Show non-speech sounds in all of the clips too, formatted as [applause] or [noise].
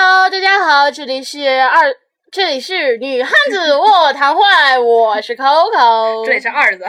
好，这里是二，这里是女汉子卧谈会，我是 Coco，这也哦是二 [laughs] 子，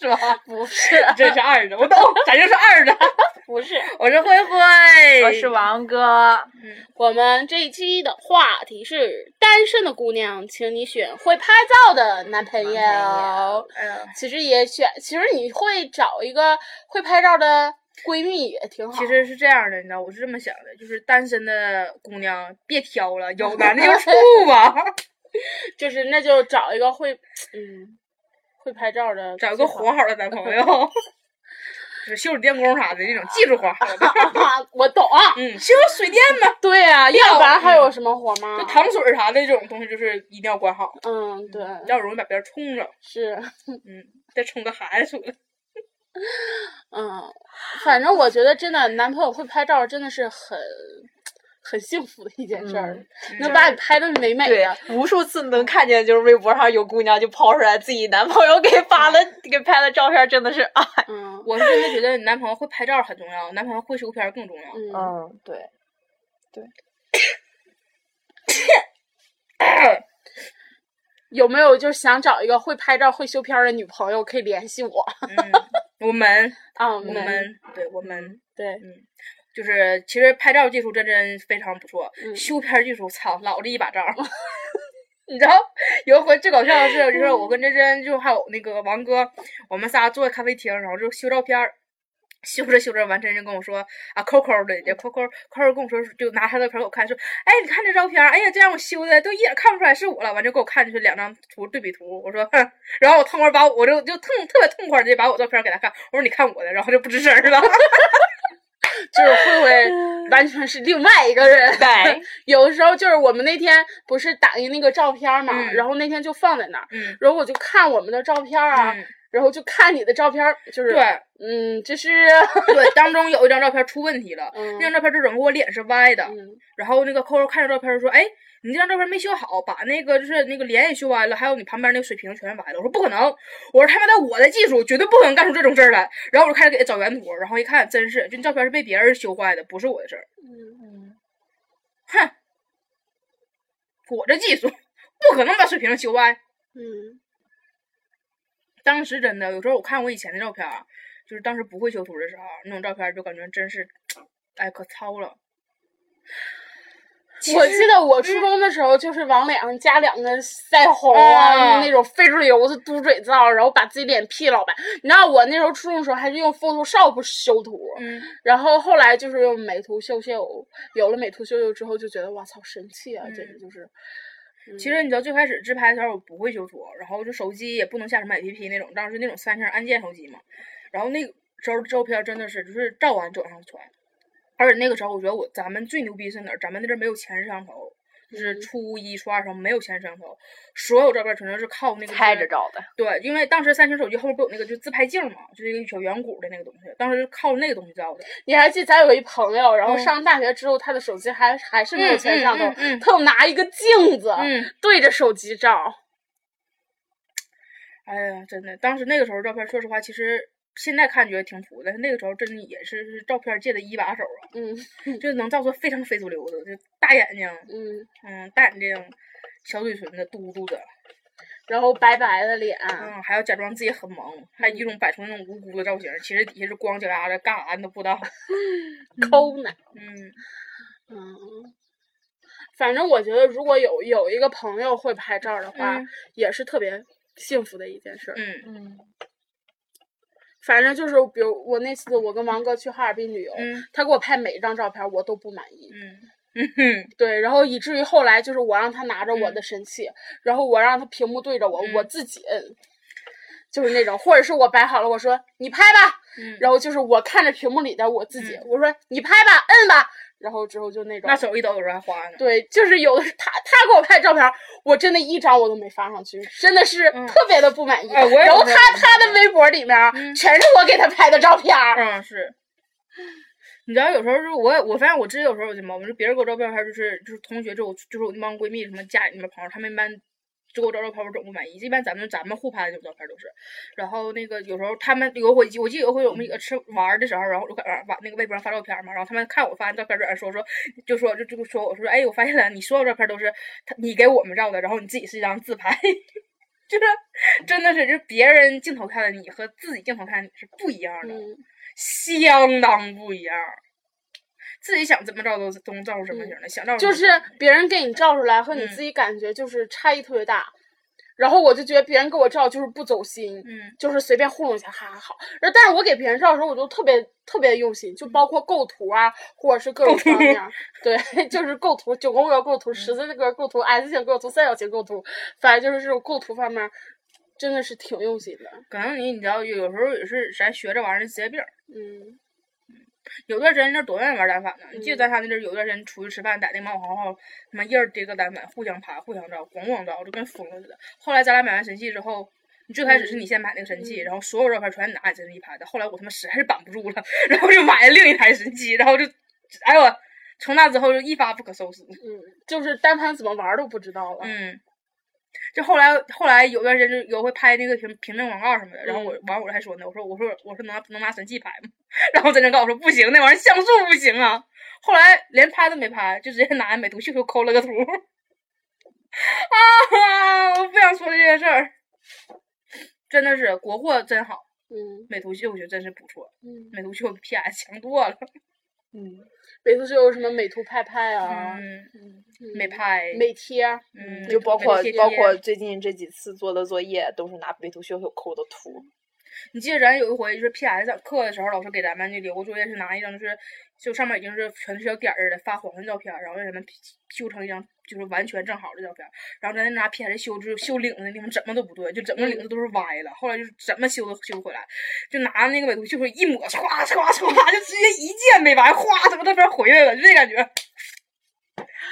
是吧？不是这也是二子，我 [laughs] 都咋就是二子？不是，我是灰灰，我是王哥，我们这一期的话题是单身的姑娘，请你选会拍照的男朋友。嗯，其实也选，其实你会找一个会拍照的闺蜜也挺好。其实是这样的，你知道，我是这么想的，就是单身的姑娘别挑了，有男的就处 [laughs] 吧，就是那就找一个会，嗯，会拍照的，找一个活好的男朋 [laughs] 友，就是修水电工啥的那种技术 [laughs] 活好的，啊， [laughs] 我懂啊。嗯，修水电的，对呀、 [laughs] 要嗯不然还有什么活吗嗯就？糖水啥的这种东西，就是一定要管好，嗯，对，要容易把别人冲着，是。嗯，再冲个孩子出来，嗯，反正我觉得真的，男朋友会拍照真的是很很幸福的一件事儿，嗯能把你拍的美美对啊的。，无数次能看见，就是微博上有姑娘就抛出来自己男朋友给发了、给拍的照片，真的是啊，嗯我是真的觉得你男朋友会拍照很重要，男朋友会修片儿更重要。嗯，嗯，对，有没有就是想找一个会拍照、会修片儿的女朋友，可以联系我嗯，我们啊？我我们对我们对，就是其实拍照技术真真非常不错，嗯修片儿技术操老子一把罩儿。 [laughs] 你知道有一回最搞笑的是，就是我跟真真就还有那个王哥，我们仨坐在咖啡厅，然后就修照片儿。修着修着，完真真跟我说啊，Coco 的这 Coco Coco 跟我说，就拿他的片儿给我看，说，哎，你看这照片儿，哎呀，这让我修的都一眼看不出来是我了。完就给我看就是两张图对比图，我说，哼，然后我痛快把我我就就痛特别痛快的把我照片儿给他看，我说你看我的，然后就不吱声儿了。就是慧嗯慧完全是另外一个人。 [laughs] 对，有的时候就是我们那天不是打印那个照片儿嘛，嗯然后那天就放在那儿，嗯然后我就看我们的照片儿啊，嗯然后就看你的照片儿，就是 [laughs] 对，嗯，这是对，当中有一张照片出问题了，嗯那张照片就整个我脸是歪的，嗯然后那个扣扣看着照片说，哎，你这张照片没修好，把那个就是那个脸也修歪了，还有你旁边那个水瓶全歪了。我说不可能，我说他妈的我的技术绝对不可能干出这种事儿来。然后我就开始给他找原图，然后一看真是，就那照片是被别人修坏的，不是我的事儿。嗯哼，我这技术不可能把水瓶修歪。嗯当时真的，有时候我看我以前的照片儿，就是当时不会修图的时候，那种照片儿就感觉真是，哎，可糙了。其我实记得我初中的时候，就是往脸上加两个腮红啊，啊那种痱子油子、嘟嘴皂，然后把自己脸 P 老白。你知道我那时候初中的时候还是用 Photoshop 修图，嗯，然后后来就是用美图秀秀，有了美图秀秀之后就觉得哇操神器啊，嗯简直就是。其实你知道最开始自拍的时候我不会修图，然后就手机也不能下什么 APP 那种，当时那种三星按键手机嘛，然后那个时候照片真的是就是照完就往上传，而且那个时候我觉得我咱们最牛逼是哪儿？咱们那阵儿没有前摄像头。就是嗯初一、初二的时候没有前摄像头，所有照片全都是靠那个拍就是着照的，对，因为当时三星手机后面不有那个就自拍镜嘛，就是一个小圆鼓的那个东西，当时就靠那个东西照的。你还记得咱有一朋友，然后嗯上大学之后，他的手机还还是没有嗯前摄像头嗯嗯嗯，他有拿一个镜子嗯，啊对着手机照。哎呀，真的，当时那个时候照片，说实话，其实现在看觉得挺土，但是那个时候真的也是是照片界的一把手啊，嗯就是能照出非常非主流的，就大眼睛，嗯，嗯，大眼睛，小嘴唇子，嘟嘟的，然后白白的脸，嗯，还要假装自己很萌，还一种摆出那种无辜的造型，其实底下是光脚丫子，干啥你都不知道。抠奶。嗯嗯，反正我觉得，如果有有一个朋友会拍照的话，嗯也是特别幸福的一件事儿。嗯嗯，反正就是，比如我那次我跟王哥去哈尔滨旅游，嗯他给我拍每一张照片我都不满意。嗯嗯哼对，然后以至于后来就是我让他拿着我嗯的神器，然后我让他屏幕对着我，我嗯自己摁。就是那种，或者是我摆好了，我说你拍吧，嗯，然后就是我看着屏幕里的我自己，嗯我说你拍吧，摁吧，然后之后就那种，那手一抖，有时候还花呢。对，就是有的是他他给我拍照片儿，我真的一张我都没发上去，真的是嗯特别的不满意。哎我也然后有他这样的他的微博里面儿嗯全是我给他拍的照片儿，嗯，是。你知道，有时候就是我也，我发现我之前有时候有些毛病，就别人给我照片儿，还就是就是同学，就我就是我那帮闺蜜什么家里那边朋友，他们一般就给我找照片，我总不满意。一般咱们咱们互拍的照片都是，然后那个有时候他们有回我记得有回我们几个吃玩儿的时候，然后我就往往那个微博上发照片嘛，然后他们看我发的照片，软说说就说就就说我说哎，我发现了，你所有照片都是他你给我们照的，然后你自己是一张自拍， [laughs] 就是真的是就是别人镜头看的你和自己镜头看的你是不一样的，嗯，相当不一样。自己想怎么照都都能照出什么型来，想照嗯出就什么是别人给你照出来和你嗯自己感觉就是差异特别大。然后我就觉得别人给我照就是不走心，嗯就是随便糊弄一下，哈哈好。然后但是我给别人照的时候，我就特别特别用心，就包括构图啊，或者是各种方面 [laughs] 儿，对， [laughs] 就是构图，九宫格构图、十嗯字格构图、S 型构图、三角形构图，反正就是这种构图方面儿，真的是挺用心的。可能你你知道，有有时候也是咱学这玩意儿是职业病儿。嗯，有段时间那多愿意玩单反呢，你记得嗯咱仨那阵儿有段时间出去吃饭，在那马皇后他妈一人提个单反，互相拍，互相照，咣咣照，就跟疯了似的。后来咱俩买完神器之后，你最开始是你先买那个神器，嗯然后所有照片全是你拿你神器拍的。后来我他妈实在是板不住了，然后就买了另一台神器，然后就，哎呦，从那之后就一发不可收拾。嗯，就是单盘怎么玩儿都不知道了。嗯，就后来后来有段时间就有回拍那个凭凭证广告什么的，然后我嗯完我还说呢，我说我说我说能拿能拿神器拍吗？ [laughs] 然后在那告诉我说不行，那玩意儿像素不行啊。后来连拍都没拍，就直接拿美图秀秀抠了个图。 [laughs] 啊，我不想说这件事儿，真的是国货真好，嗯美图秀秀真是不错，嗯美图秀秀比 PS 强多了。嗯，美图秀秀什么美图派派啊，嗯，嗯美拍，美贴啊儿，嗯，就包美括贴贴包括最近这几次做的作业都是拿美图秀秀抠的图，你记得咱有一回就是 PS 上课的时候，老师给咱们就留个作业是拿一张就是就上面已经是全是小点儿的发黄的照片儿，然后让咱们 P- 修成一张就是完全正好的照片儿，然后咱再拿 PS 修，就是修领子的地方怎么都不对，就整个领子都是歪了，后来就是怎么修都修不回来，就拿那个美图秀秀一抹，唰唰唰就直接一键美白，哗，整个照片儿回来了，就这感觉，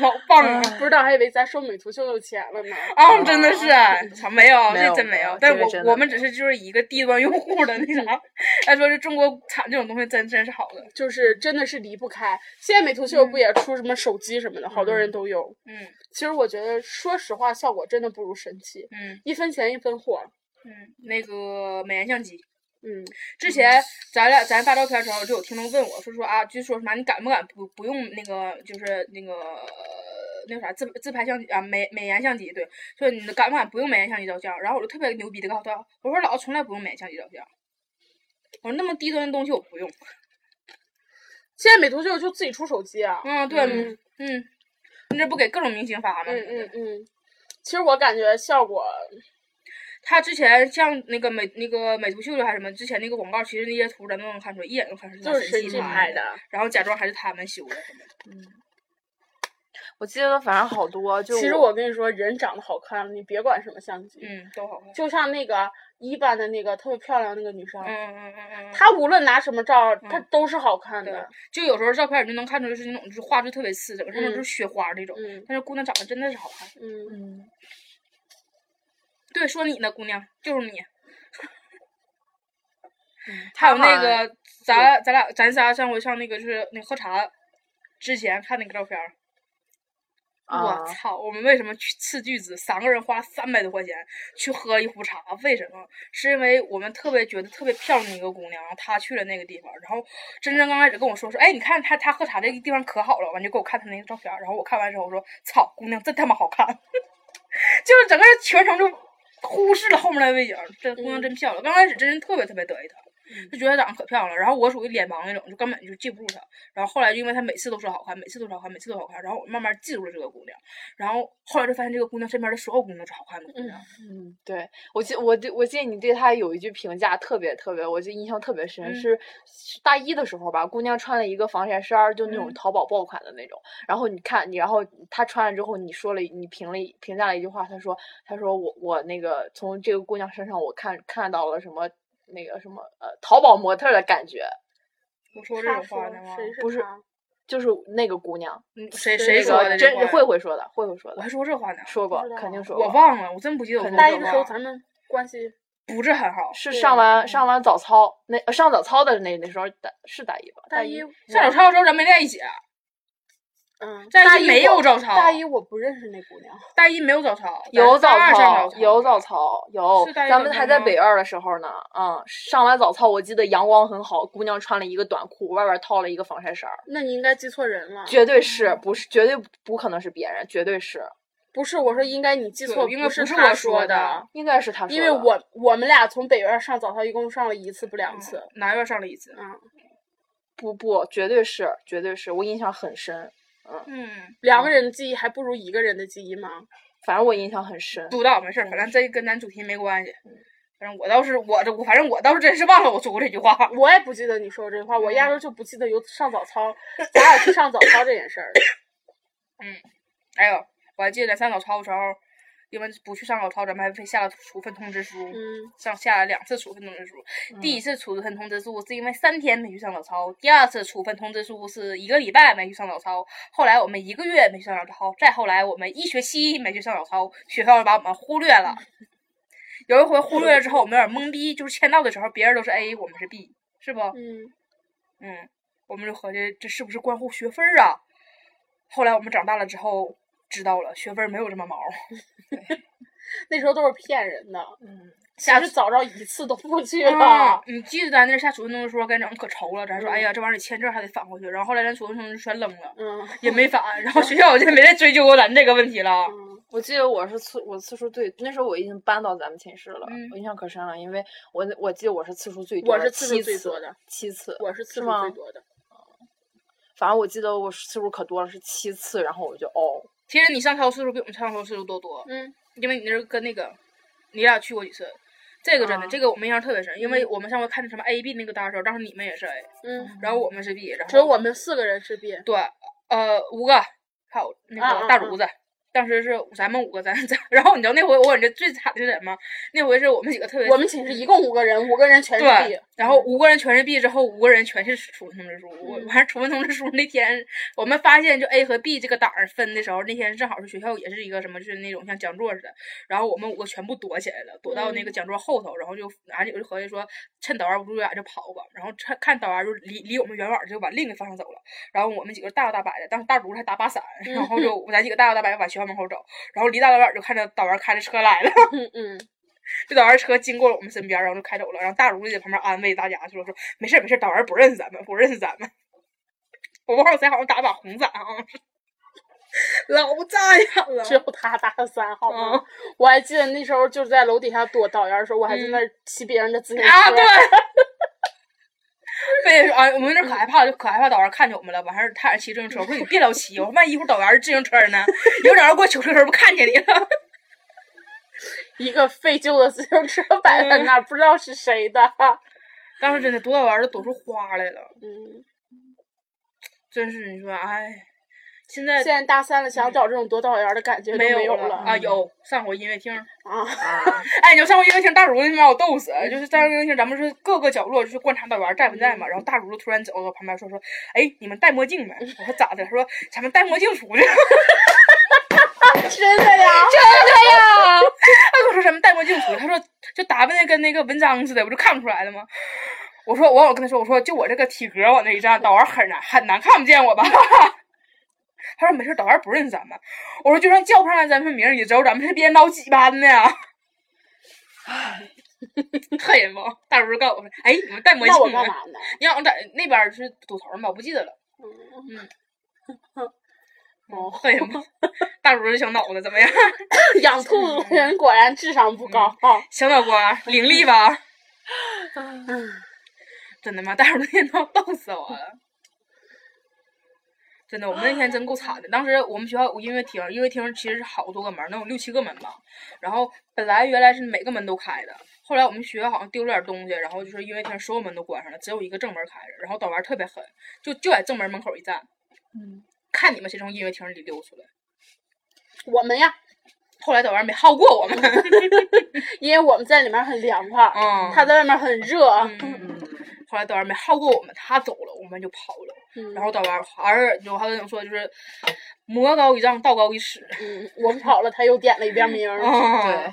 老棒了。不知道还以为咱收美图秀秀钱了 [laughs] 呢。 [laughs] 啊，真的是，操，没有，没这有真没没有有。但这是个真我的我们只是就是一个低端用户的那啥，他说是中国产这种东西真真是好的，就是真的是离不开。现在美图秀秀不也出什么手机什么的，好多人都有。嗯其实我觉得，说实话，效果真的不如神器，嗯一分钱一分货。嗯。那个美颜相机，嗯，之前咱俩咱发照片的时候，就有听众问我说说啊，就说什么你敢不敢不不用那个就是那个那啥自自拍相机啊美美颜相机对，说你敢不敢不用美颜相机照相？然后我就特别牛逼的告诉他，我说老子从来不用美颜相机照相，我说那么低端的东西我不用。现在美图秀秀就自己出手机啊。嗯，对，嗯嗯，你这不给各种明星发吗？嗯嗯嗯。其实我感觉效果，他之前像那个美那个美图秀秀还是什么，之前那个广告，其实那些图咱都能看出来，一眼就看出就是是神器器拍拍的，啊然后假装还是他们修的什么的。我记得反正好多，就其实我跟你说，人长得好看，你别管什么相机，嗯，都好看。就像那个一班的那个特别漂亮那个女生，嗯嗯嗯嗯嗯，她无论拿什么照，她都是好看对的。，就有时候照片你就能看出来是那种就是画质特别次，整个上面嗯都是雪花那种。嗯但是姑娘长得真的是好看。嗯，嗯，对，说你呢，姑娘，就是你。嗯还还有那个，咱俩咱俩咱仨上回上那个就是那喝茶之前看那个照片儿，啊哦我，操！我们为什么去斥巨资，三个人花三百多块钱去喝一壶茶？为什么？是因为我们特别觉得特别漂亮的一个姑娘，她去了那个地方，然后真真刚开始跟我说说，哎，你看她她喝茶这个地方可好了，完就给我看她那个照片儿，然后我看完之后我说，操，姑娘真他妈好看， [laughs] 就是整个人全程就忽视了后面的背景，这姑娘真漂亮。刚开始真是特别特别得意她。就觉得长得可漂亮了，然后我属于脸盲那种，就根本就记不住她。然后后来就因为她每次都说好看，每次都说好看，每次都好看，然后我慢慢记住了这个姑娘。然后后来就发现这个姑娘身边的所有姑娘都是好看的姑娘。嗯，对，我记我对我记得你对她有一句评价特别特别，我就印象特别深，嗯是是大一的时候吧，姑娘穿了一个防晒衫儿，就那种嗯淘宝爆款的那种，然后你看你，然后她穿了之后，你说了一你评了一评价了一句话，她说她说我我那个从这个姑娘身上我看看到了什么那个什么呃淘宝模特儿的感觉，我说这她种话说呢吗？谁是不是她就是那个姑娘，嗯谁谁谁那说说个的这真话呀？慧慧说的，慧慧说啊我的还，说这话呢。说过不知肯定道说过，啊我忘了，我真不记得我可说能大这一的话时候咱们关系不是很好。是对上完上完早操那呃上早操的那那时候大是大一吧？大一一上早操的时候咱没在一起，嗯，再大一一没我有早操大一我不认识那姑娘，大一没有早操，有咱早大二上早，操操有早操，有是大一咱早们操还在吗北二的时候呢，嗯，上完早操，我记得阳光很好，姑娘穿了一个短裤，外边套了一个防晒衫儿，那你应该记错人了。绝对是不是绝对不可能是别人，绝对是不是，我说应该你记对错，应该是不是他我说说的，应该是他说的，因为我我们俩从北院上早操一共上了一次不两次。嗯南院上了一次，嗯，不不绝对是绝对是我印象很深，嗯，两个人的记忆还不如一个人的记忆吗？反正我印象很深，读到没事儿，嗯反正这跟咱主题没关系。反正我倒是我这我反正我倒是真是忘了我说过这句 [laughs] 话。我也不记得你说过这话，我压根儿就不记得有上早操，咱俩去上早操这件事儿。哎呦，我还记得上早操的时候，因为不去上早操，咱们还被下了处分通知书。嗯，上下了两次处分通知书，第一次处分通知书是因为三天没去上早操，第二次处分通知书是一个礼拜没去上早操，后来我们一个月没去上早操，再后来我们一学期没去上早操，学校就把我们忽略了。有一回忽略了之后，我们有点懵逼，就是签到的时候别人都是 A，我们是 B，是不？嗯，嗯，我们就合计这是不是关乎学分儿啊？后来我们长大了之后知道了，学分儿没有这么毛。那时候都是骗人的，嗯，其实早上一次都不去啊了。，你记得咱那下处分通知书该整可愁了，咱说嗯哎呀，这玩意儿签字还得返回去，然后后来咱处分通知书全扔 [laughs] 了，嗯也没返，然后学校就没再追究过咱这个问题了。嗯我记得我是次我次数最，那时候我已经搬到咱们寝室了，嗯我印象可深了，因为我那我记得我是次数最多我的，是次数七最次多的，七次，我是次数吗最多的。反正我记得我是次数可多了，是七次，然后我就哦，其实你上操次数比我们上操次数都多，嗯，因为你那是跟那个，你俩去过几次？这个真的，啊这个我们印象特别深，因为我们上回看那什么 A B 那个单的时候，当时你们也是 A，嗯，然后我们是 B，然后只有我们四个人是 B。对，呃，五个，还有那啊个啊大啊竹子。当时是咱们五个，咱咱，然后你知道那回我感觉最惨的是什么？那回是我们几个特别，我们寝室一共五个人，五个人全是 B 对。，然后五个人全是 B 之后，五个人全是处分通知书。我嗯完事处分通知书那天，我们发现就 A 和 B 这个档儿分的时候，那天正好是学校也是一个什么，就是那种像讲座似的。然后我们五个全部躲起来了，躲到那个讲座后头，然后就俺有就合计说，趁导员不注意，俺就跑吧。然后趁看导员就离离我们远远儿就往另一个方向走了。然后我们几个大摇大摆的，当时大竹还打把伞，然后就咱几个大摇大摆地往学校门口走。然后离大老远儿就看着导员开着车来了。嗯嗯，这导员车经过了我们身边，然后就开走了。然后大如就在旁边安慰大家，说说没事儿没事儿，导员不认识咱们，不认识咱们。我忘了谁好像打把红伞啊，老扎眼了只有他打了三号吗？嗯我还记得那时候就是在楼底下躲导员的时候，我还在嗯那儿骑别人的自行车。啊！对，为啊，我们那儿可害怕，就可害怕导员看见我们了。完事儿，他俩骑自行车，我说你别老骑，我说万一一会儿导员是自行车呢，以后导员过去取自行车不看见你了。一个废旧的自行车摆嗯在那儿，不知道是谁 [laughs] 的。当时真的躲导员都躲出花来了，嗯，真是你说哎，现在现在大三了，想找这种躲导员的感觉都嗯没有了了啊，有上过音乐厅。啊！ [laughs] 哎，你就上过音乐厅，大茹他妈我逗死，就是在音乐厅，咱们是各个角落就是观察导员在不在嘛。然后大茹突然走到我旁边说说，哎，你们戴墨镜没？我说咋的？他说咱们戴墨镜出去。真的呀？啊，他跟我说咱们戴墨镜出去，他说就打扮的跟那个文章似的，我就看不出来了吗？我说我我跟他说，我说就我这个体格往那一站，导员很难很难看不见我吧。 [laughs] 他说没事，导员不认识咱们。我说就算叫不上来咱们名儿，也知道咱们是编导几班的呀。看人不？大叔告诉我说，哎，你们戴墨那我镜干呢 [laughs] 嘛呢？你好像在那边儿是堵头儿吧？我不记得了。嗯嗯哦，看 [laughs] 人不？大叔这小脑子怎么样？养兔子的人果然智商不嗯高。 [laughs] 小脑瓜伶俐吧？真的吗？大伙儿那天都逗死我了。真的，我们那天真够惨的。当时我们学校有音乐厅，音乐厅其实是好多个门儿，能有六七个门吧。然后本来原来是每个门都开的，后来我们学校好像丢了点东西，然后就是音乐厅所有门都关上了，只有一个正门开着。然后导员特别狠，就就在正门门口一站，嗯，看你们谁从音乐厅里溜出来。我们呀，后来导员没耗过我们，因为我们在里面很凉快，嗯他在外面很热。嗯，后来导员没耗过我们，他走了，我们就跑了。嗯然后导员而有还有想说就是魔高一丈，道高一尺。哦嗯嗯，我们跑了，他又点了一遍名儿。啊，对，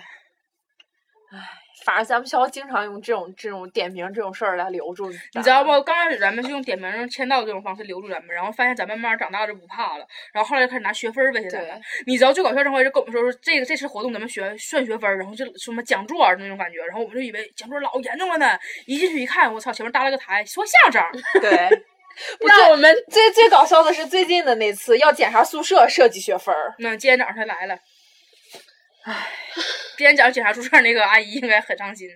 反正咱们学校经常用这种这种点名这种事儿来留住你知道不？刚开始咱们是用点名、签到这种方式留住咱们，然后发现咱们慢慢长大就不怕了，然后后来就开始拿学分儿威胁咱们对。你知道最搞笑的回是跟我们说说这个这次活动咱们学算学分儿，然后就什么讲座儿那种感觉，然后我们就以为讲座老严重了呢，一进去一看，我操，前面搭了个台说相声儿，对， [laughs] 不是让我们最最搞笑的是最近的那次要检查宿舍设计学分儿，那今天早上他来了，唉，今天早上检查宿舍那个阿姨应该很伤心。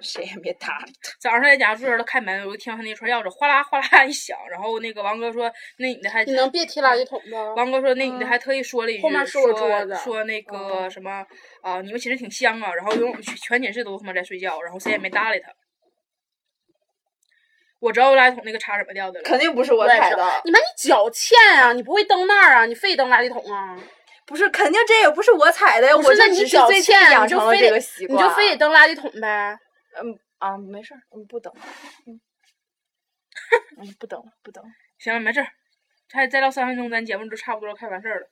谁也别搭理早上他在家住着，他开门，我就听他那串钥匙哗啦哗啦一响，然后那个王哥说，那女的还你能别提垃圾桶吗？王哥说那女的还特意说了一句，后面是说我桌子嗯说那个什么啊、你们寝室挺香啊，然后因为我们全全寝室都他妈在睡觉，然后谁也没搭理他。我知道垃圾桶那个叉怎么掉的他，了，肯定不是我也踩是的，你妈，你脚欠啊！你不会蹬那儿啊？你非得蹬垃圾桶啊？不是，肯定这也不是我踩的呀，不我是那这你只是脚最近欠养你就成了非这得个习你惯，就非得蹬垃圾桶呗？嗯啊，没事儿，嗯，不等了，嗯，嗯，不等了，不等了。行了，没事儿，再再唠三分钟，咱节目就差不多了，快完事儿了。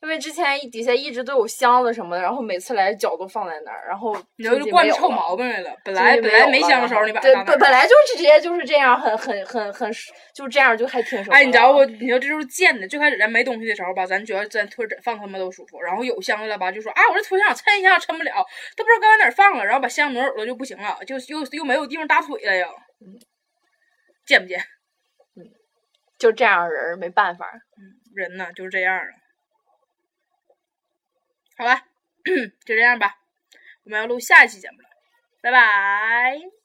因为之前底下一直都有箱子什么的，然后每次来脚都放在那儿，然后你都最近惯没有臭了毛病来了，本最来近本来有没了香的时候然你后把它对当那本儿本来就是直接就是这样，很很很很就这样就还挺什么。哎，你知道不？？你说这就是贱的。最开始咱没东西的时候吧，咱觉得咱腿枕放他妈都舒服，然后有箱子了吧，就说啊，我这腿想抻一下抻不了，都不知道该往哪儿放了，然后把箱挪耳朵就不行了，就又又没有地方搭腿了又。贱不贱？就这样人儿没办法。人呢就是这样儿啊。 [clears throat] 好了，就这样吧，我们要录下一期节目了，拜拜。